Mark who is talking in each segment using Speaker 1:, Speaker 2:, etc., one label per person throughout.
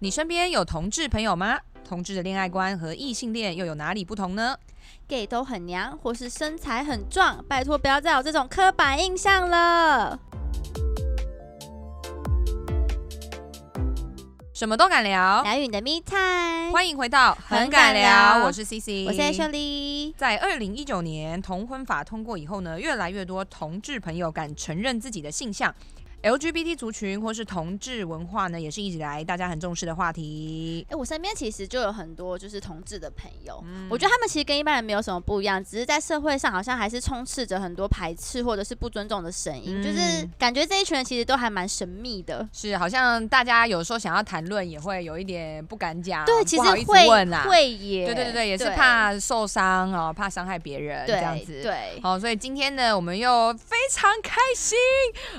Speaker 1: 你身边有同志朋友吗？同志的恋爱观和异性恋又有哪里不同呢？
Speaker 2: gay 都很娘，或是身材很壮，拜托不要再有这种刻板印象了。
Speaker 1: 什么都敢聊，
Speaker 2: 聊与你的 me time，
Speaker 1: 欢迎回到
Speaker 2: 很敢聊
Speaker 1: 我是 C C，
Speaker 2: 我是 Ashley。
Speaker 1: 在二零一九年同婚法通过以后呢，越来越多同志朋友敢承认自己的性向。LGBT 族群或是同志文化呢，也是一直以来大家很重视的话题。
Speaker 2: 哎、我身边其实就有很多就是同志的朋友，
Speaker 1: 嗯
Speaker 2: 我觉得他们其实跟一般人没有什么不一样，只是在社会上好像还是充斥着很多排斥或者是不尊重的声音，
Speaker 1: 嗯
Speaker 2: 就是感觉这一群人其实都还蛮神秘的。
Speaker 1: 是，好像大家有时候想要谈论，也会有一点不敢讲，
Speaker 2: 对，其
Speaker 1: 啊不
Speaker 2: 实
Speaker 1: 好意思
Speaker 2: 会
Speaker 1: 问啦。
Speaker 2: 会耶，
Speaker 1: 对对对对，也是怕受伤哦，怕伤害别人
Speaker 2: 对
Speaker 1: 这样子。
Speaker 2: 对，
Speaker 1: 好、所以今天呢，我们又非常开心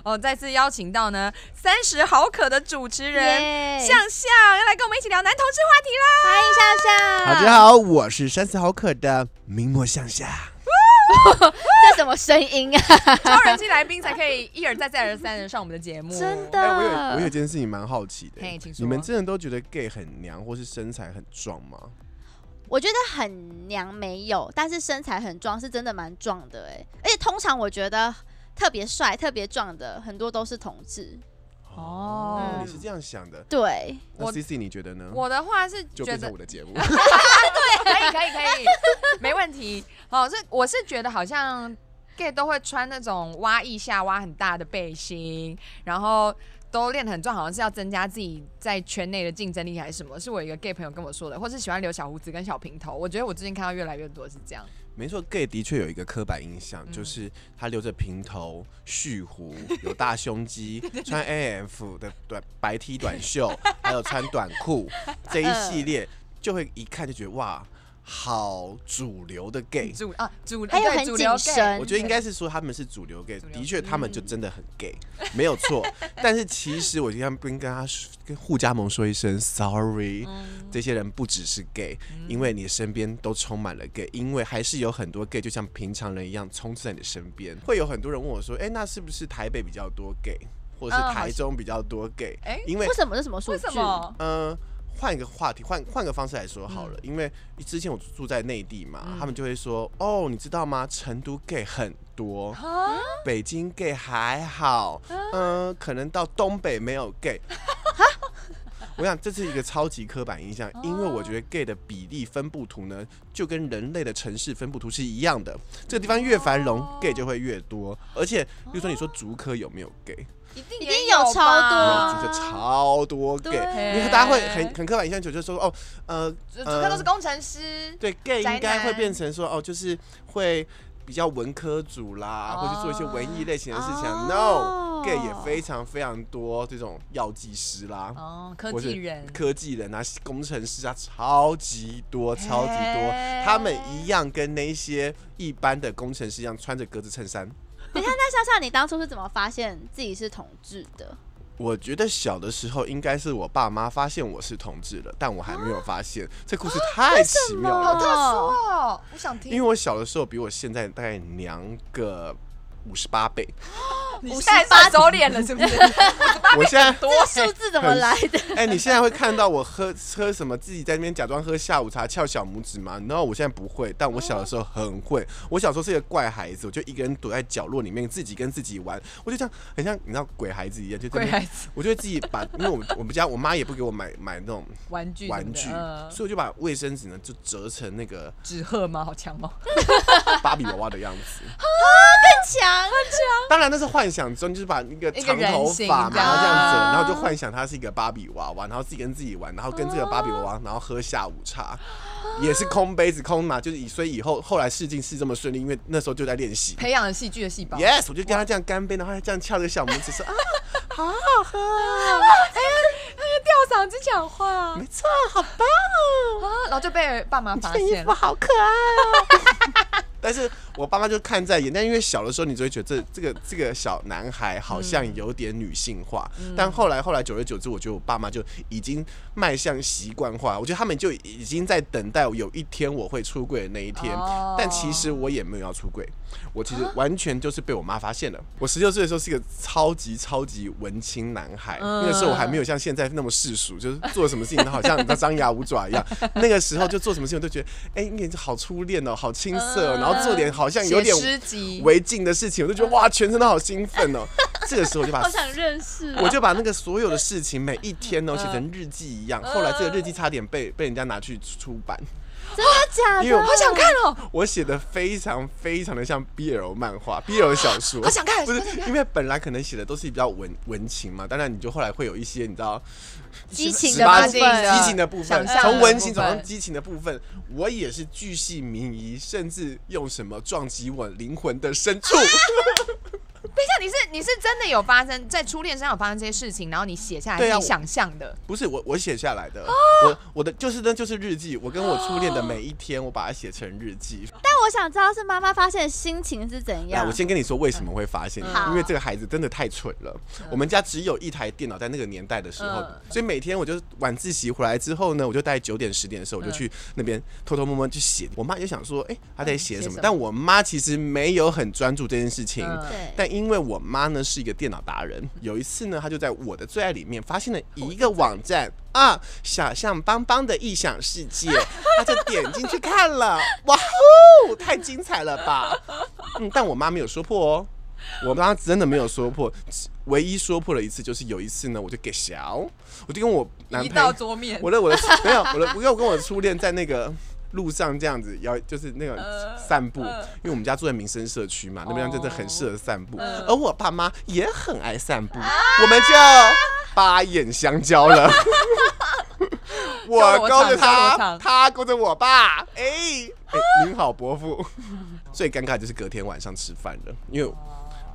Speaker 1: 哦，再次邀请到呢三十好可的主持人
Speaker 2: 耶
Speaker 1: 向向，要来跟我们一起聊男同志话题啦。
Speaker 2: 欢迎向
Speaker 3: 大
Speaker 2: 向，
Speaker 3: 家好，我是山寺好客的明末向下。
Speaker 2: 这什么声音啊？
Speaker 1: 招人气来宾才可以一而再再而三的上我们的节目，
Speaker 2: 真
Speaker 3: 哎、
Speaker 2: 的
Speaker 3: 我有我有件事情蛮好奇的
Speaker 1: 嘿请，说
Speaker 3: 你们真的都觉得 gay 很娘或是身材很壮吗？
Speaker 2: 我觉得很娘没有，但是身材很壮，是真的蛮壮的哎、而且通常我觉得特别帅、特别壮的很多都是同志，
Speaker 1: 哦
Speaker 3: 你是这样想的。
Speaker 2: 对，
Speaker 3: 那
Speaker 1: 我
Speaker 3: C C 你觉得呢？
Speaker 1: 我的话是
Speaker 3: 就
Speaker 1: 觉
Speaker 3: 变成
Speaker 1: 得
Speaker 3: 我的节目，
Speaker 1: 可以可以可以， 没问题。好、是我是觉得好像 gay 都会穿那种挖腋下挖很大的背心，然后。都练得很壮，好像是要增加自己在圈内的竞争力还是什么？是我一个 gay 朋友跟我说的，或是喜欢留小胡子跟小平头。我觉得我最近看到越来越多是这样。
Speaker 3: 没错，gay 的确有一个刻板印象，
Speaker 1: 嗯
Speaker 3: 就是他留着平头、蓄胡、有大胸肌、穿 A F 的短白 T 短袖，还有穿短裤
Speaker 1: 嗯
Speaker 3: 这一系列，就会一看就觉得哇，好主流的 gay。
Speaker 1: 主啊主
Speaker 3: 哎
Speaker 2: 还有
Speaker 1: 对
Speaker 2: 很
Speaker 1: 主
Speaker 2: 谨
Speaker 1: 流 gay，
Speaker 2: 慎
Speaker 3: 我觉得应该是说他们是主流 gay，
Speaker 1: 主流嗯
Speaker 3: 的确他们就真的很 gay，、没 有错。但是其实我今天跟跟他说跟互加盟说一声 sorry，、这
Speaker 1: 嗯
Speaker 3: 些人不只是 gay，、因为你身边都充满了 gay，因为还是有很多 gay 就像平常人一样充斥在你身边。会有很多人问我说，哎、那是不是台北比较多 gay，或者
Speaker 1: 嗯好像
Speaker 3: 是台中比较多 gay？、
Speaker 1: 哎
Speaker 3: 因为
Speaker 2: 为什么是什么数
Speaker 1: 为
Speaker 2: 据
Speaker 1: 什？么？
Speaker 3: 嗯，换一个话题，换换个方式来说好了，因为之前我住在内地嘛，他们就会说，哦，你知道吗？成都 gay 很多，
Speaker 2: 嗯
Speaker 1: 啊，
Speaker 3: 北京 gay 还好，嗯、可能到东北没有 gay。我想这是一个超级刻板印象，因为我觉得 gay 的比例分布图呢，就跟人类的城市分布图是一样的。这个地方越繁荣、
Speaker 1: 哦
Speaker 3: g a y 就会越多。而且，比如说你说竹科有没有 gay？
Speaker 1: 一定
Speaker 2: 一
Speaker 1: 一
Speaker 2: 定有超
Speaker 1: 哦
Speaker 2: 多
Speaker 3: 竹科超多 gay，因为大家会很很刻板印象，就是说哦，呃，
Speaker 1: 主科都是工程师，
Speaker 3: 对 gay
Speaker 1: 宅
Speaker 3: 应该会
Speaker 1: 男
Speaker 3: 变成说哦，就是会比较文科组啦，或
Speaker 1: 哦
Speaker 3: 者做一些文艺类型的事情啊。
Speaker 2: 哦
Speaker 3: No，gay 也非常非常多这种药剂师啦。
Speaker 1: 哦，科
Speaker 3: 或是
Speaker 1: 技人，
Speaker 3: 科技人啊，工程师啊，超级多，超级
Speaker 1: 嘿
Speaker 3: 多。他们一样跟那些一般的工程师一样，穿着格子衬衫。
Speaker 2: 你看，那向向，你当初是怎么发现自己是同志的？
Speaker 3: 我觉得小的时候应该是我爸妈发现我是同志了，但我还没有发
Speaker 1: 啊
Speaker 3: 现。这故事太奇妙了
Speaker 1: 好，特殊哦，我想听。
Speaker 3: 因为我小的时候比我现在大概娘个五十八倍，
Speaker 1: 你现在算收敛了是不是？
Speaker 3: 我现在。
Speaker 1: 多
Speaker 2: 数字怎么来的？
Speaker 3: 哎、你现在会看到我喝喝什么，自己在那边假装喝下午茶翘小拇指吗？然、后我现在不会，但我小的时候很会。我小时候是一个怪孩子，我就一个人躲在角落里面，自己跟自己玩。我就这样，很像你知道鬼孩子一样，就在那
Speaker 1: 鬼
Speaker 3: 边
Speaker 1: 孩子
Speaker 3: 我就会自己把，因为我们我们家我妈也不给我买买那种
Speaker 1: 玩具
Speaker 3: 玩具，所以我就把卫生纸呢就折成那个
Speaker 1: 嗯 纸鹤吗？好强哦！
Speaker 3: 芭比娃娃的样 子。
Speaker 2: 强，
Speaker 3: 当然那是幻想中，就是把那个长头发嘛，
Speaker 1: 一个人形
Speaker 2: 这
Speaker 3: 然后这样子
Speaker 2: 样，
Speaker 3: 然后就幻想它是一个芭比娃娃，然后自己跟自己玩，然后跟这个芭比娃娃，然后喝下午
Speaker 1: 啊
Speaker 3: 茶，也是空杯子空嘛，就是以所以以后后来试镜试这么顺利，因为那时候就在练习。
Speaker 1: 培养了戏剧的细胞。
Speaker 3: Yes，我就跟他这样干杯，然后他这样翘着小拇指说啊，
Speaker 1: 吊嗓子讲话，啊
Speaker 3: 没错，
Speaker 1: 啊，然后就被爸妈发
Speaker 3: 这衣
Speaker 1: 现
Speaker 3: 服。好可爱哦。但是我爸妈就看在眼，但因为小的时候你只会觉得这这个这个小男孩好像有点女性化，
Speaker 1: 嗯
Speaker 3: 但后来后来久而久之，我觉得我爸妈就已经迈向习惯化，我觉得他们就已经在等待有一天我会出柜的那一天，
Speaker 1: 哦
Speaker 3: 但其实我也没有要出柜，我其实完全就是被我妈发现了。我十六岁的时候是一个超级超级文青男孩，
Speaker 1: 嗯
Speaker 3: 那个时候我还没有像现在那么世俗，就是做什么事情都好像张牙舞爪 一样。那个时候就做什么事情我都觉得，哎、你好初恋哦，好青涩、哦，然后做点好 像有点
Speaker 1: 嗯写诗集，
Speaker 3: 违禁的事情，我就觉得哇，全身都好兴 奋哦。这个时候我就把
Speaker 2: 好想认
Speaker 1: 啊
Speaker 2: 识、
Speaker 3: 我就把那个所有的事情每一天
Speaker 1: 嗯
Speaker 3: 呢写成日记一样，后来这个日记差点被被人家拿去出版，
Speaker 2: 真的假的？
Speaker 3: 因为我
Speaker 1: 好想看哦，
Speaker 3: 我写的非常非常的像 BL 漫画、BL 小说，
Speaker 1: 好想看
Speaker 3: 不是 因为本来可能写的都是比较文文情嘛，当然你就后来会有一些你知道
Speaker 2: 激情
Speaker 3: 十
Speaker 2: 的
Speaker 3: 八
Speaker 2: 部
Speaker 3: 禁
Speaker 2: 分
Speaker 3: 激情的部分
Speaker 1: 想象，的
Speaker 3: 从文情
Speaker 1: 部
Speaker 3: 走
Speaker 1: 分
Speaker 3: 上激情的部分，我也是巨细靡遗，甚至用什么撞击我灵魂的深处。
Speaker 1: 等一下，你是你是真的有发生在初恋身上有发生这些事情，然后你写下来
Speaker 3: 对
Speaker 1: 是
Speaker 3: 啊
Speaker 1: 你想象的，
Speaker 3: 不是我我写下来的，我我的就是那就是日记，我跟我初恋的每一天，我把它写成日记。
Speaker 2: 但我想知道是妈妈发现的心情是怎
Speaker 3: 那
Speaker 2: 样
Speaker 3: 我。先跟你说为什么会发现
Speaker 2: 嗯，
Speaker 3: 因为这个孩子真的太蠢了。我们家只有一台电脑，在那个年代的时候
Speaker 1: 嗯，
Speaker 3: 所以每天我就晚自习回来之后呢，我就大概九点十点的时候，我就去那边偷偷摸摸去写。我妈就想说，哎，她在
Speaker 1: 写
Speaker 3: 写什
Speaker 1: 什
Speaker 3: 么
Speaker 1: 么？
Speaker 3: 但我妈其实没有很专注这件事情。
Speaker 1: 嗯
Speaker 2: 对，
Speaker 3: 但因为我妈呢是一个电脑达人，有一次呢，她就在我的最爱里面发现了一个网站啊，想象邦邦的异想世界，她就点进去看了，哇哦，太精彩了吧！嗯，但我妈没有说破哦，我妈真的没有说破，只唯一说破了一次就是有一次呢，我就给小，我就跟我男
Speaker 1: 移
Speaker 3: 朋
Speaker 1: 到
Speaker 3: 友，
Speaker 1: 桌面，
Speaker 3: 我的我的没有我的，我有跟我的初恋在那个。路上这样子要就是那个
Speaker 1: 呃
Speaker 3: 散步，
Speaker 1: 呃
Speaker 3: 因为我们家住在民生社区嘛，那边真的很
Speaker 1: 哦
Speaker 3: 适合散步。
Speaker 1: 嗯
Speaker 3: 而我爸妈也很爱散
Speaker 1: 啊
Speaker 3: 步，我们就八眼相交 了。我勾着
Speaker 1: 就我
Speaker 3: 他，
Speaker 1: 唱
Speaker 3: 他勾着我爸，哎、哎、您好伯父。最尴尬就是隔天晚上吃饭了，因为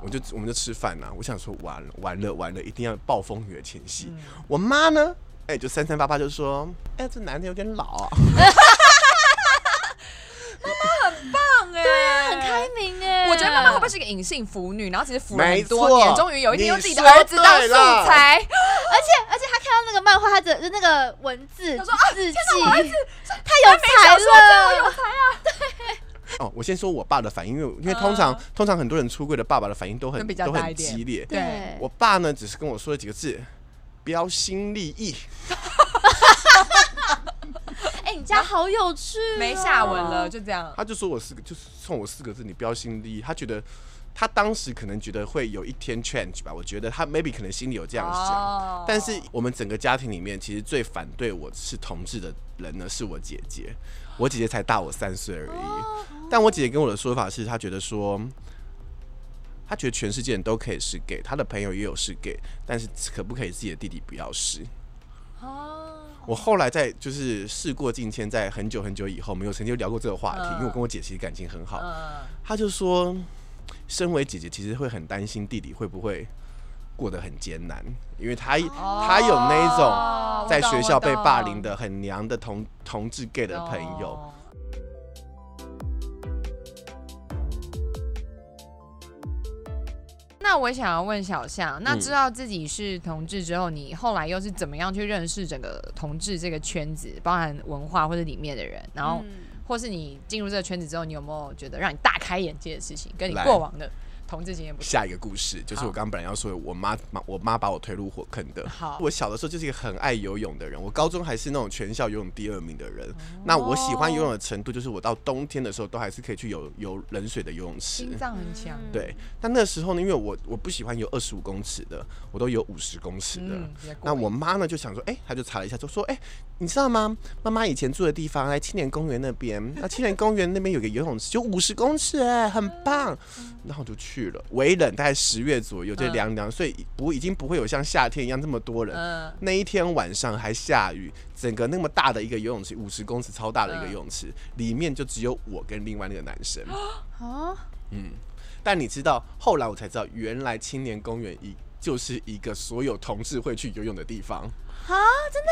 Speaker 3: 我就我们就吃饭呐、我想说完了完了完了，一定要暴风雨的前夕。
Speaker 1: 嗯
Speaker 3: 我妈呢，哎、就三三八八就说，哎、这男的有点老、啊。
Speaker 1: 对啊，很
Speaker 2: 开。明哎、
Speaker 1: 我觉得妈妈会不会是个隐性腐女，然后其实腐了
Speaker 3: 没
Speaker 1: 很多
Speaker 3: 错
Speaker 1: 年，终于有一天用自己的
Speaker 3: 你说
Speaker 1: 儿子当
Speaker 3: 对
Speaker 1: 素
Speaker 3: 了
Speaker 1: 材，
Speaker 2: 而且而且他看到那个漫画，他的那个文字
Speaker 1: 他说啊
Speaker 2: 字迹，他
Speaker 1: 他
Speaker 2: 有才了，
Speaker 3: 哦，我先说我爸的反应，因为因为通常、
Speaker 1: 嗯
Speaker 3: 通常很多人出柜的爸爸的反应都
Speaker 1: 都
Speaker 3: 很
Speaker 1: 比较
Speaker 3: 都
Speaker 1: 大一
Speaker 3: 很
Speaker 1: 点
Speaker 3: 激烈，
Speaker 1: 对
Speaker 3: 我爸呢，只是跟我说了几个字：标新立异。
Speaker 2: 哎、你家好有趣、
Speaker 1: 没下文了，。就这样。
Speaker 3: 他就说我四个，就是冲我四个字，你标新立异。他觉得他当时可能觉得会有一天 change 吧，我觉得他 maybe 可能心里有这样想。
Speaker 1: 哦
Speaker 3: 但是我们整个家庭里面，其实最反对我是同志的人呢，是我姐姐。我姐姐才大我三岁而
Speaker 1: 哦
Speaker 3: 已，但我姐姐跟我的说法是，她觉得说，她觉得全世界人都可以是 gay，她的朋友也有是 gay，但是可不可以自己的弟弟不要是？
Speaker 1: 哦，
Speaker 3: 我后来在就是事过境迁，在很久很久以后，我们有曾经聊过这个话题，
Speaker 1: 嗯
Speaker 3: 因为我跟我姐其实感情很好，
Speaker 1: 嗯，
Speaker 3: 她就说，身为姐姐其实会很担心弟弟会不会过得很艰难，因为她她有那一种
Speaker 1: 哦
Speaker 3: 在学校被霸凌的很娘的同同志 gay 的朋友，。
Speaker 1: 哦那我想要问小象，那
Speaker 3: 嗯
Speaker 1: 知道自己是同志之后，你后来又是怎么样去认识整个同志这个圈子，包含文化或者里面的人，然后
Speaker 2: 嗯
Speaker 1: 或是你进入这个圈子之后，你有没有觉得让你大开眼界的事情，跟你
Speaker 3: 来
Speaker 1: 过往的同志经验不同？
Speaker 3: 下一个故事，就是我刚刚本来要说，我妈妈我妈把我推入火坑的。
Speaker 1: 好
Speaker 3: 我小的时候就是一个很爱游泳的人，我高中还是那种全校游泳第二名的
Speaker 1: 哦
Speaker 3: 人。那我喜欢游泳的程度，就是我到冬天的时候都还是可以去游游冷水的游泳池
Speaker 1: 心。脏很强，
Speaker 3: 对，但那时候呢，因为我我不喜欢游二十五公尺的，我都游五十公尺的。
Speaker 1: 嗯，比较
Speaker 3: 那
Speaker 1: 过瘾
Speaker 3: 我妈呢就想说，哎、她就查了一下，就说，哎、你知道吗？妈妈以前住的地方，在哎青年公园那边。那青年公园那边有个游泳池，就五十公尺、哎，很棒。然后我就去了，微冷，大概十月左右，就
Speaker 1: 嗯
Speaker 3: 凉凉，所以不已经不会有像夏天一样这么多人。
Speaker 1: 嗯
Speaker 3: 那一天晚上还下雨，整个那么大的一个游泳池，五十公尺超大的一
Speaker 1: 嗯
Speaker 3: 个游泳池，里面就只有我跟另外那个男生。
Speaker 2: 哦，
Speaker 3: 但你知道，后来我才知道，原来青年公园一就是一个所有同志会去游泳的地方。
Speaker 2: 啊，真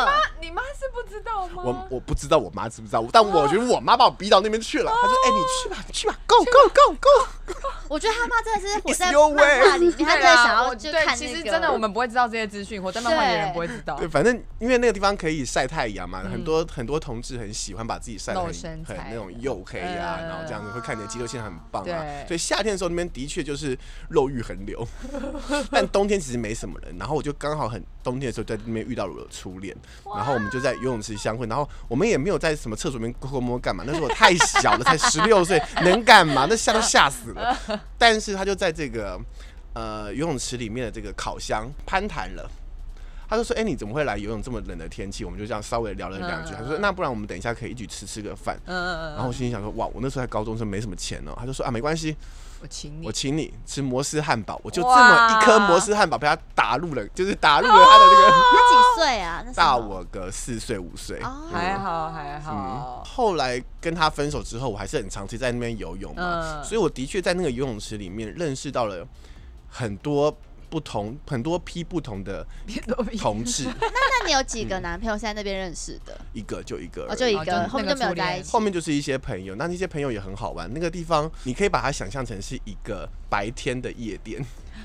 Speaker 2: 的，
Speaker 1: 你妈是不知道吗？
Speaker 3: 我我我不知道我妈知不知道，但我觉得我妈把我逼到那边去了。她说：“哎，你去吧，你去吧，Go Go Go Go。
Speaker 2: 我觉得他妈真的是活
Speaker 3: It's
Speaker 2: 在
Speaker 3: your
Speaker 2: 漫画里面，他真
Speaker 1: 对
Speaker 2: 的
Speaker 1: 啊，
Speaker 2: 想要
Speaker 1: 我
Speaker 2: 就
Speaker 1: 对
Speaker 2: 看
Speaker 1: 其
Speaker 2: 那
Speaker 1: 实
Speaker 2: 个。
Speaker 1: 真的我们不会知道这些资讯，活在漫画里的人不会知”道
Speaker 3: 对，。反正因为那个地方可以晒太阳嘛，很多很多同志很喜欢把自己晒得
Speaker 1: 露
Speaker 3: 很
Speaker 1: 身材
Speaker 3: 很那种黝黑啊，
Speaker 1: 嗯
Speaker 3: 然后这样子会看起来肌肉线很棒啊
Speaker 1: 对。
Speaker 3: 所以夏天的时候那边的确就是肉欲横流，但冬天其实没什么人。然后我就刚好很冬天的时候在那边遇到了我的初恋，然后我们就在游泳池相会，然后我们也没有在什么厕所里面偷偷摸干嘛，那时候我太小了，才十六岁，能干嘛？那吓都吓死了。但是他就在这个呃游泳池里面的这个烤箱攀谈了。他就说：“哎、你怎么会来游泳这么冷的天气？”我们就这样稍微聊了两句。他说：“那不然我们等一下可以一起吃吃个饭。”
Speaker 1: 嗯嗯
Speaker 3: 然后我心里想说：“哇，我那时候还高中生，没什么钱哦。”他就说：“啊，没关系，
Speaker 1: 嗯，我请
Speaker 3: 我
Speaker 1: 你，
Speaker 3: 请你吃摩斯汉堡。”我就这么一颗
Speaker 1: 哇
Speaker 3: 摩斯汉堡被他打入了，就是打入了他的那个。
Speaker 2: 他几岁啊？那时候
Speaker 3: 大我个四岁五岁。
Speaker 2: 哦，
Speaker 1: 还好还
Speaker 3: 嗯
Speaker 1: 好，，
Speaker 3: 后来跟他分手之后，我还是很长期在那边游泳嘛，
Speaker 1: 嗯
Speaker 3: 所以我的确在那个游泳池里面认识到了很多不同、很多批不同的
Speaker 1: 别多比
Speaker 3: 同志，
Speaker 2: 那你有几个男朋友是在那边认识的？
Speaker 3: 一个就一个而 已，
Speaker 2: 哦，就一
Speaker 1: 哦就
Speaker 2: 个，后面就没有
Speaker 1: 那个初恋
Speaker 2: 在一起
Speaker 3: 后。面就是一些朋友，那那些朋友也很好玩。那个地方你可以把它想象成是一个白天的夜店，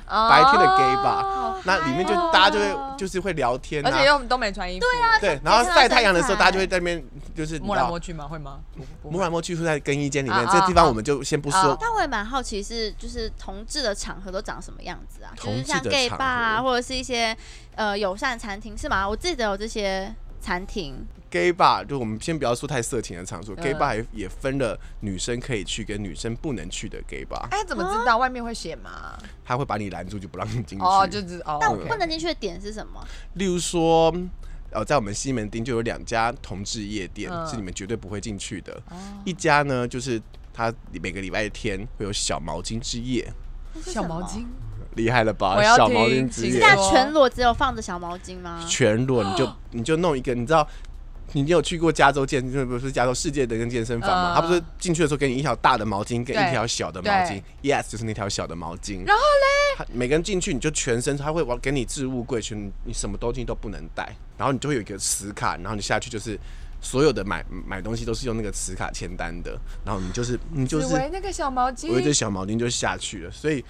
Speaker 3: 白
Speaker 1: 白
Speaker 3: 天的 gay 吧，
Speaker 2: 哦
Speaker 3: 那里面就
Speaker 2: 嗨哦
Speaker 3: 大家就会就是会聊天、啊，
Speaker 1: 而且又都没穿衣服，对啊，
Speaker 3: 对，然后晒太阳的时候，
Speaker 2: 晒太阳
Speaker 3: 大家就会在那边就是
Speaker 1: 摸来
Speaker 3: 你知道
Speaker 1: 摸去吗？会吗？不
Speaker 3: 摸来摸去会在更衣间里面，
Speaker 1: 啊
Speaker 3: 这地方
Speaker 1: 啊
Speaker 3: 我们就先不说。
Speaker 1: 啊
Speaker 2: 但我也蛮好奇是，就是同志的场合都长什么样子啊？就
Speaker 3: 同
Speaker 2: 是
Speaker 3: 志
Speaker 2: 像
Speaker 3: 的
Speaker 2: gay
Speaker 3: 场
Speaker 2: bar 啊，
Speaker 3: 合
Speaker 2: 或者是一些呃友善餐厅是吗？我记得有这些餐厅，
Speaker 3: gay bar 就我们先不要说太色情的场所、
Speaker 1: 嗯
Speaker 3: g a y bar 也也分了女生可以去跟女生不能去的 gay bar，
Speaker 1: 哎，怎么知道外面会写嘛？
Speaker 3: 他会把你拦住就不让你进去。
Speaker 1: 哦，就知哦，
Speaker 2: 但我
Speaker 3: 嗯
Speaker 1: OK
Speaker 2: 不能进去的点是什么？
Speaker 3: 例如说，呃，在我们西门町就有两家同志夜店、
Speaker 1: 嗯哦
Speaker 3: 是你们绝对不会进去的，一家呢就是它每个礼拜天会有小毛巾之夜，
Speaker 2: 那是
Speaker 1: 小
Speaker 2: 什
Speaker 1: 毛
Speaker 2: 么
Speaker 1: 巾，
Speaker 3: 厉害了吧
Speaker 1: 我？要
Speaker 3: 小毛巾
Speaker 1: 听
Speaker 3: 之
Speaker 1: 请
Speaker 3: 夜
Speaker 1: 说
Speaker 2: 现在全裸只有放着小毛巾吗？
Speaker 3: 全裸，你就
Speaker 1: 哦
Speaker 3: 你就弄一个，你知道。你你有去过加州健，不是加州世界的跟健身房吗？
Speaker 1: 嗯
Speaker 3: 他不是进去的时候给你一条大的毛巾跟
Speaker 1: 对
Speaker 3: 一条小的毛巾，yes，就是那条小的毛巾。
Speaker 1: 然后
Speaker 3: 他每个人进去你就全身，他会往给你置物柜去，你你什么东西都不能带，然后你就会有一个磁卡，然后你下去就是所有的买买东西都是用那个磁卡签单的，然后你就是你就
Speaker 1: 紫
Speaker 3: 是
Speaker 1: 薇那个小毛
Speaker 3: 我一只
Speaker 1: 巾，
Speaker 3: 小毛巾就下去了，所以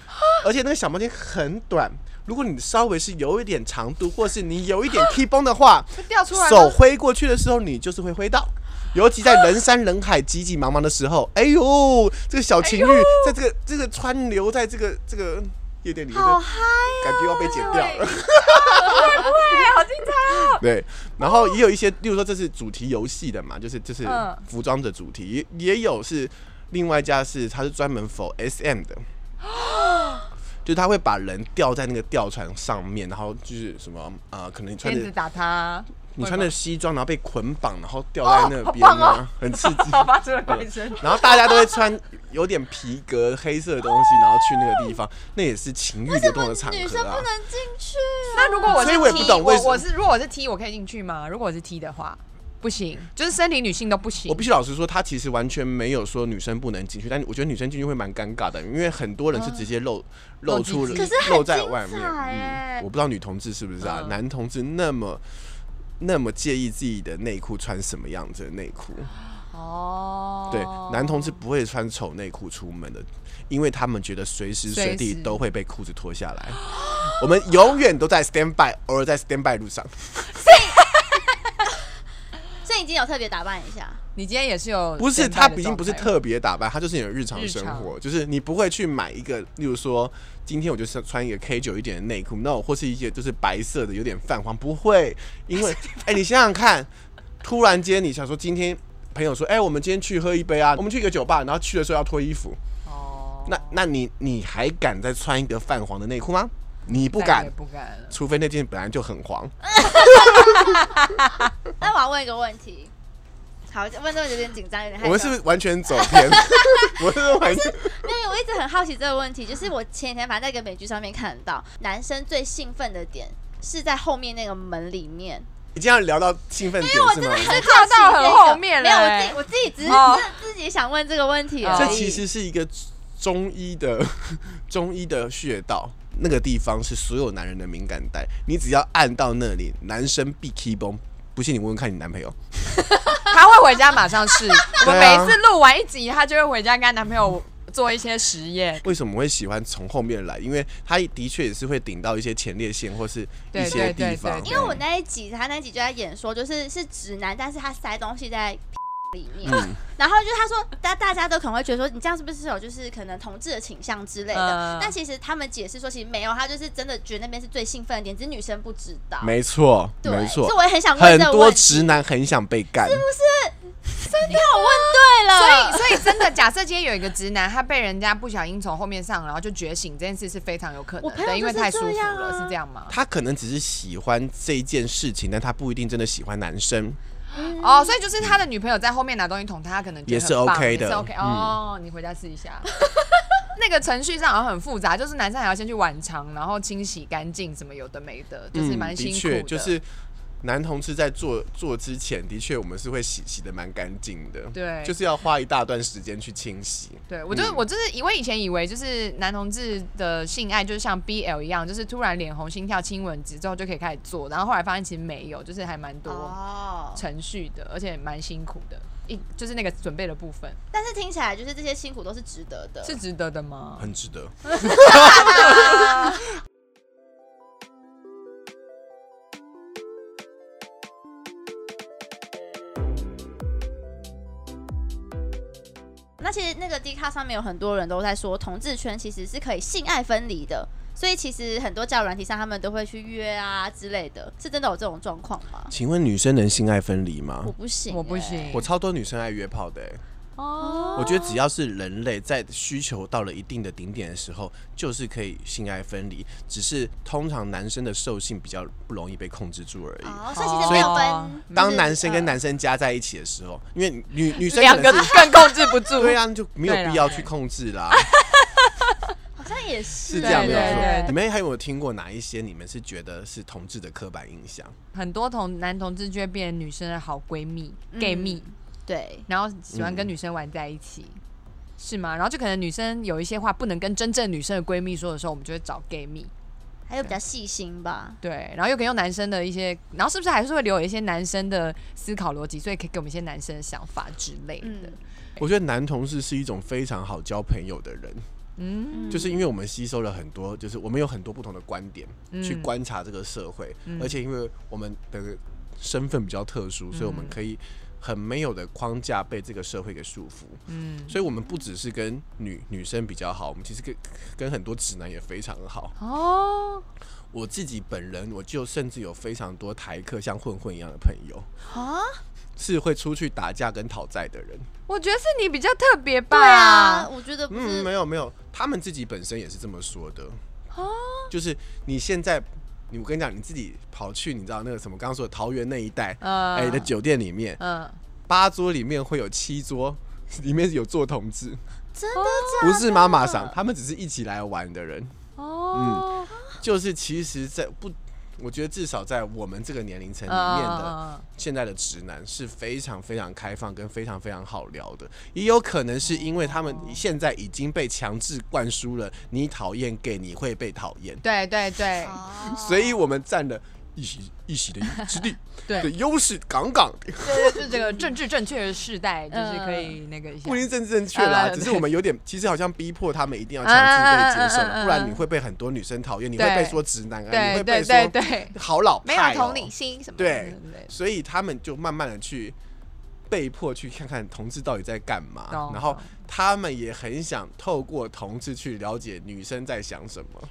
Speaker 3: 而且那个小毛巾很短，如果你稍微是有一点长度，或是你有一点 T 绷的话，
Speaker 1: 会掉出来
Speaker 3: 手
Speaker 1: 吗？
Speaker 3: 挥过去的时候，你就是会挥到。尤其在人山人海、挤挤茫茫的时候，哎呦，这个小情侣在这个、这个川流在这个这个夜店里面，
Speaker 2: 好嗨！
Speaker 3: 感觉要被剪
Speaker 1: 哦
Speaker 3: 掉了。
Speaker 1: 对，好精彩
Speaker 3: 对，然后也有一些，例如说这是主题游戏的嘛，就是就是
Speaker 1: 嗯
Speaker 3: 服装的主题，也也有是另外一家是它是专门 for SM 的，就是他会把人吊在那个吊船上面，然后就是什么呃，可能你穿
Speaker 1: 鞭子
Speaker 3: 着
Speaker 1: 打他，
Speaker 3: 你
Speaker 1: 会
Speaker 3: 穿
Speaker 1: 吗哦
Speaker 3: 着西装，然后被捆绑，然后吊在那边
Speaker 1: 好棒
Speaker 3: 啊，很刺激。
Speaker 1: 爆发出了怪声，
Speaker 3: 然后大家都会穿有点皮革黑色的东西，然后去那个地方，那也是情欲流动的场合啊。
Speaker 2: 女生不能进去 啊、
Speaker 1: 那如果我是
Speaker 3: 所以
Speaker 1: T，
Speaker 3: 我也不懂为什么
Speaker 1: 我我是如果我是 T，我可以进去吗？如果我是 T 的话，不行，就是生理女性都不行
Speaker 3: 我。必须老实说，他其实完全没有说女生不能进去，但我觉得女生进去会蛮尴尬的，因为很多人是直接露、露
Speaker 1: 露
Speaker 3: 出
Speaker 1: 鸡鸡可
Speaker 2: 是很
Speaker 3: 露在外面。
Speaker 2: 精彩欸
Speaker 3: 嗯，我不知道女同志是不是啊，
Speaker 1: 嗯
Speaker 3: 男同志那么那么介意自己的内裤穿什么样子的内裤，
Speaker 1: 哦，
Speaker 3: 对，男同志不会穿丑内裤出门的，因为他们觉得随时随地
Speaker 1: 随时
Speaker 3: 都会被裤子脱下来。我们永远都在 stand by，偶尔在 stand by 路上。
Speaker 2: 所以已经有特别打扮一下，
Speaker 1: 你今天也是有
Speaker 3: 不是，
Speaker 1: 前排
Speaker 3: 他
Speaker 1: 的
Speaker 3: 已经不是
Speaker 1: 状态
Speaker 3: 特别打扮，他就是你的日常
Speaker 1: 日
Speaker 3: 生
Speaker 1: 常
Speaker 3: 活，就是你不会去买一个，例如说今天我就是穿一个 K 九一点的内裤，no，或是一些就是白色的有点泛黄，不会，因为 哎、你想想看，突然间你想说今天朋友说，哎、我们今天去喝一杯啊，我们去一个酒吧，然后去的时候要脱衣服，
Speaker 1: 哦，
Speaker 3: 那那你你还敢再穿一个泛黄的内裤吗？你不
Speaker 1: 再
Speaker 3: 敢
Speaker 1: 也，不敢了。
Speaker 3: 除非那件本来就很黄。
Speaker 2: 那我要问一个问题，好，问这个问题有点紧张，有点害
Speaker 3: 我
Speaker 2: 羞。
Speaker 3: 们是不是完全走偏？ 我是完全
Speaker 2: 因为我一直很好奇这个问题，就是我前几天反正在一个美剧上面看到，男生最兴奋的点是在后面那个门里面，
Speaker 3: 已经要聊到兴奋点
Speaker 2: 因为我
Speaker 3: 是
Speaker 2: 真的
Speaker 3: 吗？
Speaker 2: 很
Speaker 1: 跳
Speaker 2: 好奇
Speaker 1: 到
Speaker 2: 这
Speaker 1: 很
Speaker 2: 个
Speaker 1: 后面
Speaker 2: 没
Speaker 1: 了
Speaker 2: 有，我自
Speaker 1: 欸
Speaker 2: 己我自己只是、
Speaker 1: 哦
Speaker 2: 自己想问这个问题而
Speaker 1: 哦
Speaker 3: 这
Speaker 2: 已。
Speaker 3: 其实是一个中医的 中医的穴道，那个地方是所有男人的敏感带，你只要按到那里，男生必 key 崩。不信你问问看你男朋友，
Speaker 1: 她会回家马上试。我们
Speaker 3: 对
Speaker 1: 每
Speaker 3: 啊
Speaker 1: 次录完一集，她就会回家跟她男朋友做一些实 验。
Speaker 3: 为什么会喜欢从后面来？因为他的确也是会顶到一些前列腺或是一
Speaker 1: 对
Speaker 3: 些
Speaker 1: 对对
Speaker 3: 地方。
Speaker 1: 对
Speaker 2: 因为我那一集，他那一集就在演说，就是是直男，但是他塞东西在里面，
Speaker 3: 嗯，
Speaker 2: 然后就是他说，大大家都可能会觉得说，你这样是不是有就是可能同志的倾向之类的
Speaker 1: 嗯？
Speaker 2: 但其实他们解释说，其实没有，他就是真的觉得那边是最兴奋的点，只是女生不知道。
Speaker 3: 没错，
Speaker 2: 对，
Speaker 3: 没错
Speaker 2: 所以，我也很想
Speaker 3: 很
Speaker 2: 问这个
Speaker 3: 多
Speaker 2: 问题。
Speaker 3: 直男很想被干，
Speaker 2: 我问对了，
Speaker 1: 所以，所以真的，假设今天有一个直男，他被人家不小心从后面上，然后就觉醒，这件事是非常有可
Speaker 2: 我
Speaker 1: 能
Speaker 2: 朋友
Speaker 1: 的，因为
Speaker 2: 就是
Speaker 1: 太舒服
Speaker 2: 这样
Speaker 1: 了，
Speaker 2: 啊
Speaker 1: 是这样吗？
Speaker 3: 他可能只是喜欢这一件事情，但他不一定真的喜欢男生。
Speaker 1: 哦，所以就是他的女朋友在后面拿东西捅他，他可能觉得
Speaker 3: 也是
Speaker 1: 很棒
Speaker 3: OK 的嗯
Speaker 1: 也是 OK 哦。你回家试一下。 那个程序上好像很复杂，就是男生还要先去晚肠，然后清洗干净，什么有的没的，就是蛮辛
Speaker 3: 嗯的
Speaker 1: 苦的。
Speaker 3: 确，就是男同志在做做之前，的确我们是会洗洗的蛮干净的，
Speaker 1: 对
Speaker 3: 就是要花一大段时间去清洗。
Speaker 1: 对我
Speaker 3: 嗯
Speaker 1: 就是、我就是以我以前以为就是男同志的性爱就是像 BL 一样，就是突然脸红、心跳、亲吻之之后就可以开始做，然后后来发现其实没有，就是还蛮多。
Speaker 2: 哦，
Speaker 1: 程序的，而且蛮辛苦的。一就是那个准备的部分
Speaker 2: 但是听起来就是这些辛苦都是值得的。
Speaker 1: 是值得的吗？
Speaker 3: 很值得。
Speaker 2: 那其实那个 D 卡上面有很多人都在说，同志圈其实是可以性爱分离的，所以其实很多交友软体上他们都会去约啊之类的，是真的有这种状况吗？
Speaker 3: 请问女生能性爱分离吗
Speaker 2: 我？不行、
Speaker 1: 我不行，
Speaker 3: 我超多女生爱约炮的、欸，
Speaker 1: 哦
Speaker 3: 我觉得只要是人类在需求到了一定的顶点的时候，就是可以性爱分离，只是通常男生的兽性比较不容易被控制住而已。
Speaker 2: 哦，所以其实没有分。
Speaker 3: 当男生跟男生加在一起的时候，因为女女生
Speaker 1: 呃两
Speaker 3: 可
Speaker 1: 个
Speaker 3: 能是
Speaker 1: 更控制不住。
Speaker 3: 对啊，就没
Speaker 1: 对啦
Speaker 3: 有必要去控 制啦，
Speaker 2: 呃好像也是
Speaker 3: 是这样
Speaker 1: 对
Speaker 3: 没有
Speaker 1: 对对
Speaker 3: 错。你们还有没有听过哪一些你们是觉得是同志的刻板印象？
Speaker 1: 很多同男同志就会变成女生的好闺蜜、
Speaker 2: 嗯
Speaker 1: gay 蜜，
Speaker 2: 对，
Speaker 1: 然后喜欢
Speaker 3: 嗯
Speaker 1: 跟女生玩在一起，是吗？然后就可能女生有一些话不能跟真正女生的闺蜜说的时候，我们就会找 gay 蜜。
Speaker 2: 还有比较细心吧。
Speaker 1: 对，然后又可以用男生的一些，然后是不是还是会留有一些男生的思考逻辑，所以可以给我们一些男生的想法之类的
Speaker 2: 嗯。
Speaker 3: 我觉得男同事是一种非常好交朋友的人，
Speaker 1: 嗯
Speaker 2: 嗯
Speaker 3: 就是因为我们吸收了很多，就是我们有很多不同的观点
Speaker 1: 嗯
Speaker 3: 去观察这个社会，
Speaker 1: 嗯
Speaker 3: 而且因为我们的身份比较特殊，所以我
Speaker 1: 嗯
Speaker 3: 们可以很没有的框架被这个社会给束缚，
Speaker 1: 嗯，
Speaker 3: 所以我们不只是跟女女生比较好，我们其实跟跟很多直男也非常好。
Speaker 1: 哦，
Speaker 3: 我自己本人，我就甚至有非常多台客像混混一样的朋友，
Speaker 2: 啊，
Speaker 3: 是会出去打架跟讨债的人。
Speaker 1: 我觉得是你比较特别吧。
Speaker 2: 对啊，我觉得不
Speaker 3: 嗯，
Speaker 2: 是啊
Speaker 3: 没有没有，他们自己本身也是这么说的。就是你现在，你我跟你讲，你自己跑去，你知道那个什么，刚刚说的桃园那一带，
Speaker 1: 嗯
Speaker 2: 呃
Speaker 3: 哎、的酒店里面，
Speaker 1: 嗯，
Speaker 3: 八桌里面会有七桌，里面有做同志，
Speaker 2: 真的假
Speaker 3: 不是妈妈桑，他们只是一起来玩的人。
Speaker 1: 哦，
Speaker 3: 就是其实在，不，我觉得至少在我们这个年龄层里面的
Speaker 1: 嗯
Speaker 3: 现在的直男是非常非常开放跟非常非常好聊的，也有可能是因为他们现在已经被强制灌输了，你讨厌 gay 你会被讨厌，
Speaker 1: 对对对，
Speaker 2: 的？，哦
Speaker 3: 所以我们占了一席一席的之地
Speaker 1: 对
Speaker 3: 的优势杠杠的，
Speaker 1: 就是这个政治正确的世代，就是可以那个一下
Speaker 3: 不一定正正确啦，
Speaker 1: 嗯
Speaker 3: 只是我们有点，其实好像逼迫他们一定要强制被接受
Speaker 1: 嗯嗯嗯嗯嗯
Speaker 3: 了，不然你会被很多女生讨厌，你会
Speaker 1: 对
Speaker 3: 被说直男啊，你
Speaker 1: 对
Speaker 3: 会
Speaker 1: 对
Speaker 3: 被
Speaker 1: 对
Speaker 3: 说
Speaker 1: 对，
Speaker 3: 好老
Speaker 1: 没
Speaker 3: 派、
Speaker 1: 有
Speaker 3: 哦，
Speaker 1: 同理心什么的
Speaker 2: 哎
Speaker 3: 对
Speaker 1: 对
Speaker 3: 所以他们就慢慢的去被迫去看看同志到底在干嘛
Speaker 1: 懂，
Speaker 3: 然后
Speaker 1: 懂
Speaker 3: 他们也很想透过同志去了解女生在想什么，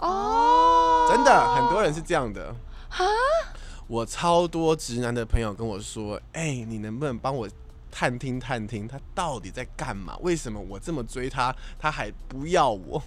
Speaker 1: 哦，
Speaker 3: 真的很多人是这样的。
Speaker 1: 啊
Speaker 3: 我超多直男的朋友跟我说，哎、你能不能帮我探听探听他到底在干嘛？为什么我这么追他，他还不要我？